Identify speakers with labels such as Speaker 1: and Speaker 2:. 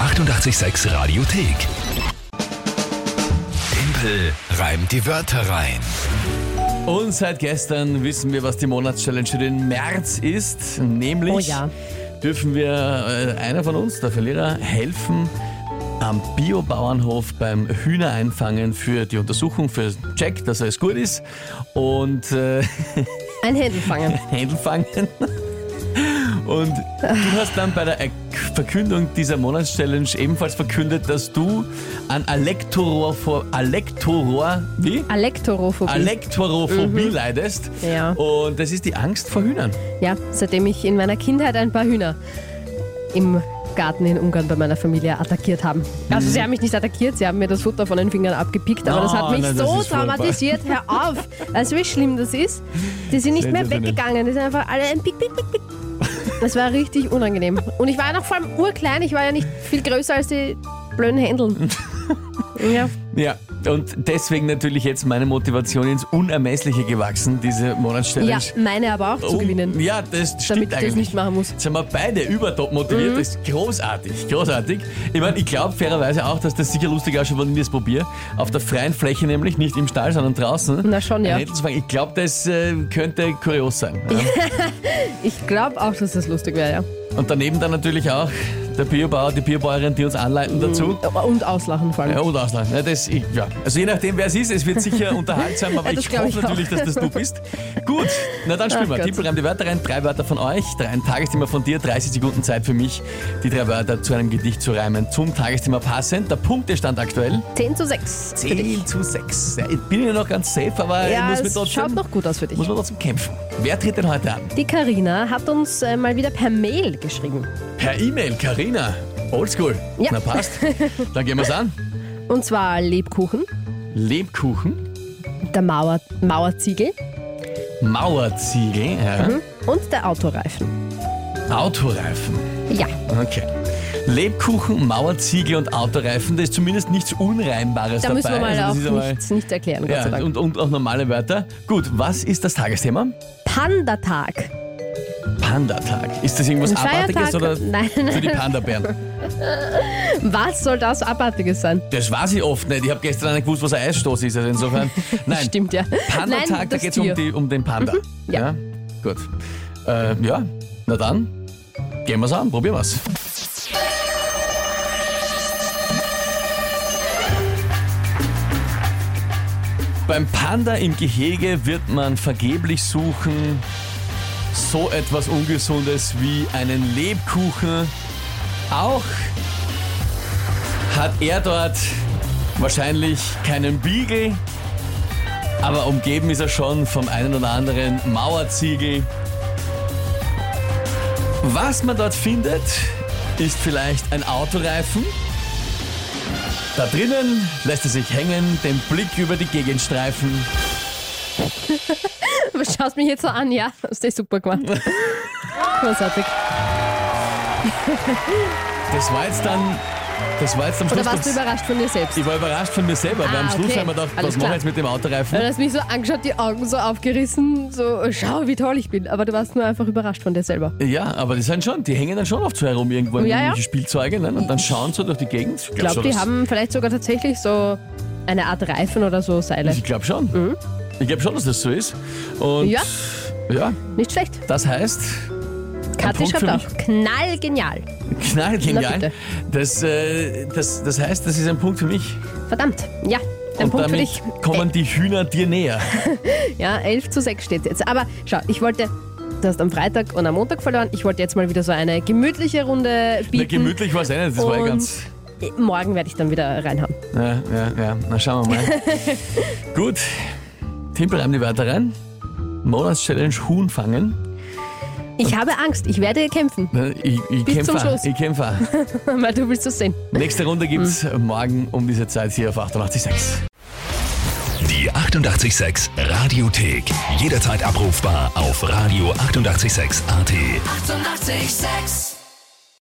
Speaker 1: 886 Radiothek. Tempel reimt die Wörter rein.
Speaker 2: Und seit gestern wissen wir, was die Monatschallenge für den März ist. Nämlich
Speaker 3: Oh ja.
Speaker 2: dürfen wir äh, einer von uns, der Verlierer, helfen am Biobauernhof beim Hühnereinfangen für die Untersuchung, für den Check, dass alles gut ist. Und äh,
Speaker 3: Ein Händel fangen.
Speaker 2: Händel fangen. Und du hast dann bei der Erk- Verkündung dieser Monatschallenge ebenfalls verkündet, dass du an Alektoror vor Alektoror, wie?
Speaker 3: Alektorophobie.
Speaker 2: Alektorophobie leidest.
Speaker 3: Mhm. Ja.
Speaker 2: Und das ist die Angst vor Hühnern.
Speaker 3: ja, seitdem ich in meiner Kindheit ein paar Hühner im Garten in Ungarn bei meiner Familie attackiert haben. Also sie haben mich nicht attackiert, sie haben mir das Futter von den Fingern abgepickt, aber das
Speaker 2: Mhm. Oh,
Speaker 3: hat mich
Speaker 2: nein, das
Speaker 3: so
Speaker 2: ist furchtbar.
Speaker 3: traumatisiert. Hör auf! Weißt du, wie schlimm das ist? Die sind nicht mehr
Speaker 2: Sensationell.
Speaker 3: weggegangen, die sind einfach alle ein Pick, Pick, Pick, Pick. Das war richtig unangenehm. Und ich war ja noch vor allem urklein, ich war ja nicht viel größer als die blöden Händeln. Ja.
Speaker 2: Ja. Und deswegen natürlich jetzt meine Motivation ins Unermessliche gewachsen, diese Monatschallenge.
Speaker 3: ja, meine aber auch zu
Speaker 2: Um-
Speaker 3: gewinnen,
Speaker 2: Ja, das stimmt
Speaker 3: damit ich
Speaker 2: eigentlich.
Speaker 3: das nicht machen muss. Mhm.
Speaker 2: Jetzt sind wir beide übertop motiviert. Das ist großartig, großartig. Ich meine, ich glaube fairerweise auch, dass das sicher lustig ausschaut, wenn ich das probiere. Auf der freien Fläche nämlich, nicht im Stall, sondern draußen.
Speaker 3: Na schon, ja.
Speaker 2: Ein Rädel zu fangen. Ich glaube, das äh, könnte kurios sein. Ja.
Speaker 3: Ich glaube auch, dass das lustig wäre, ja.
Speaker 2: Und daneben dann natürlich auch der Biobauer, die Biobäuerin, die uns anleiten dazu.
Speaker 3: Und auslachen vor allem.
Speaker 2: Ja, oder Ausland. Ja, das, ich, ja. Also je nachdem, wer es ist, es wird sicher unterhaltsam, aber
Speaker 3: Ja, das
Speaker 2: ich
Speaker 3: glaub
Speaker 2: hoffe
Speaker 3: ich auch.
Speaker 2: natürlich, dass das du bist. Gut, na dann spielen
Speaker 3: Ach
Speaker 2: wir.
Speaker 3: Gott.
Speaker 2: Tippel, reim die Wörter rein, drei Wörter von euch, drei ein Tagesthema von dir, 30 Sekunden Zeit für mich, die drei Wörter zu einem Gedicht zu reimen, zum Tagesthema passend. Der Punktestand aktuell
Speaker 3: 10 zu 6. für dich.
Speaker 2: 10 zu 6. Ja, ich bin ja noch ganz safe, aber
Speaker 3: Ja,
Speaker 2: ich muss mir
Speaker 3: es
Speaker 2: trotzdem,
Speaker 3: schaut noch gut aus für dich.
Speaker 2: muss mir trotzdem kämpfen. Wer tritt denn heute an?
Speaker 3: Die Karina hat uns äh, mal wieder per Mail geschrieben.
Speaker 2: Per E-Mail, Karina. Oldschool.
Speaker 3: Ja.
Speaker 2: Na passt. Dann gehen wir's an.
Speaker 3: Und zwar Lebkuchen,
Speaker 2: Lebkuchen,
Speaker 3: der Mauer Mauerziegel
Speaker 2: Mauerziegel, ja.
Speaker 3: und der Autoreifen. Mhm.
Speaker 2: Autoreifen.
Speaker 3: Ja,
Speaker 2: Okay. Lebkuchen, Mauerziegel und Autoreifen, da ist zumindest nichts Unreimbares
Speaker 3: da
Speaker 2: dabei.
Speaker 3: müssen wir mal
Speaker 2: Also das ist
Speaker 3: auch
Speaker 2: einmal-
Speaker 3: nichts nicht erklären, Gott sei
Speaker 2: ja,
Speaker 3: Dank.
Speaker 2: und, und auch normale Wörter. Gut, was ist das Tagesthema?
Speaker 3: Pandatag.
Speaker 2: Pandatag. Ist das irgendwas
Speaker 3: Ein
Speaker 2: Abartiges
Speaker 3: Feiertag?
Speaker 2: oder
Speaker 3: Nein.
Speaker 2: für die Pandabären?
Speaker 3: Was soll das Abartiges sein?
Speaker 2: Das weiß ich oft nicht. Ich habe gestern nicht gewusst, was ein Eisstoß ist. Also insofern, nein.
Speaker 3: Stimmt ja.
Speaker 2: Pandatag,
Speaker 3: Nein,
Speaker 2: da
Speaker 3: das
Speaker 2: geht es um,
Speaker 3: Tier. Mhm.
Speaker 2: die- um den Panda.
Speaker 3: ja.
Speaker 2: Gut. Äh, ja, na dann, gehen wir's an, probieren wir's. Beim Panda im Gehege wird man vergeblich suchen, so etwas Ungesundes wie einen Lebkuchen. Auch hat er dort wahrscheinlich keinen Biegel, aber umgeben ist er schon vom einen oder anderen Mauerziegel. Was man dort findet, ist vielleicht ein Autoreifen. Da drinnen lässt er sich hängen, den Blick über die Gegend streifen.
Speaker 3: Du schaust mich jetzt so an, ja. Hast du super gemacht. Großartig.
Speaker 2: Das war jetzt dann, das war jetzt am
Speaker 3: Oder
Speaker 2: Schluss.
Speaker 3: warst du
Speaker 2: doch-
Speaker 3: überrascht von dir selbst?
Speaker 2: ich war überrascht von mir selber, weil
Speaker 3: Ah,
Speaker 2: am Schluss
Speaker 3: okay.
Speaker 2: haben wir gedacht,
Speaker 3: Alles
Speaker 2: was machen wir
Speaker 3: klar. Äh.
Speaker 2: jetzt mit dem Autoreifen?
Speaker 3: Du hast mich so angeschaut, die Augen so aufgerissen, so oh, schau, wie toll ich bin. Aber du warst nur einfach überrascht von dir selber.
Speaker 2: Ja, aber die sind schon, die hängen dann schon oft so herum irgendwo in
Speaker 3: Oh, Ja, ja.
Speaker 2: irgendwelche Spielzeuge ne? und dann schauen sie durch die Gegend. Ich
Speaker 3: Ich
Speaker 2: glaub
Speaker 3: glaube,
Speaker 2: schon,
Speaker 3: die
Speaker 2: dass-
Speaker 3: haben vielleicht sogar tatsächlich so eine Art Reifen oder so Seile.
Speaker 2: Ich glaube schon. Ich glaube schon, dass das so ist. Und
Speaker 3: Mhm. Ja.
Speaker 2: ja,
Speaker 3: Nicht schlecht.
Speaker 2: das heißt,
Speaker 3: Kathi
Speaker 2: Punkt
Speaker 3: schreibt
Speaker 2: für
Speaker 3: auch, knallgenial. Na
Speaker 2: knallgenial.
Speaker 3: bitte.
Speaker 2: Das, äh, das, das heißt, das ist ein Punkt für mich.
Speaker 3: Verdammt. Ja, ein
Speaker 2: Und
Speaker 3: Punkt für
Speaker 2: damit
Speaker 3: dich. Äh,
Speaker 2: kommen die Hühner dir näher.
Speaker 3: Ja, 11 zu 6 steht jetzt. Aber schau, ich wollte... Du hast am Freitag und am Montag verloren. Ich wollte jetzt mal wieder so eine gemütliche Runde bieten.
Speaker 2: Na, gemütlich war es eh nicht, das war ja
Speaker 3: Und-
Speaker 2: ganz...
Speaker 3: Morgen werde ich dann wieder reinhauen.
Speaker 2: Ja, ja, ja. Na, schauen wir mal. Gut. Timpel, reim die Wörter rein. Monatschallenge Huhn fangen.
Speaker 3: Ich habe Angst. Ich werde kämpfen,
Speaker 2: Na, Ich, ich
Speaker 3: Bis zum
Speaker 2: kämpfe.
Speaker 3: Schluss.
Speaker 2: Ich kämpfe.
Speaker 3: weil du willst das sehen.
Speaker 2: Nächste Runde gibt's
Speaker 3: Mhm.
Speaker 2: morgen um diese Zeit hier auf 886.
Speaker 1: Die 886 Radiothek. Jederzeit abrufbar auf radio886.at. 886! 886.
Speaker 4: 886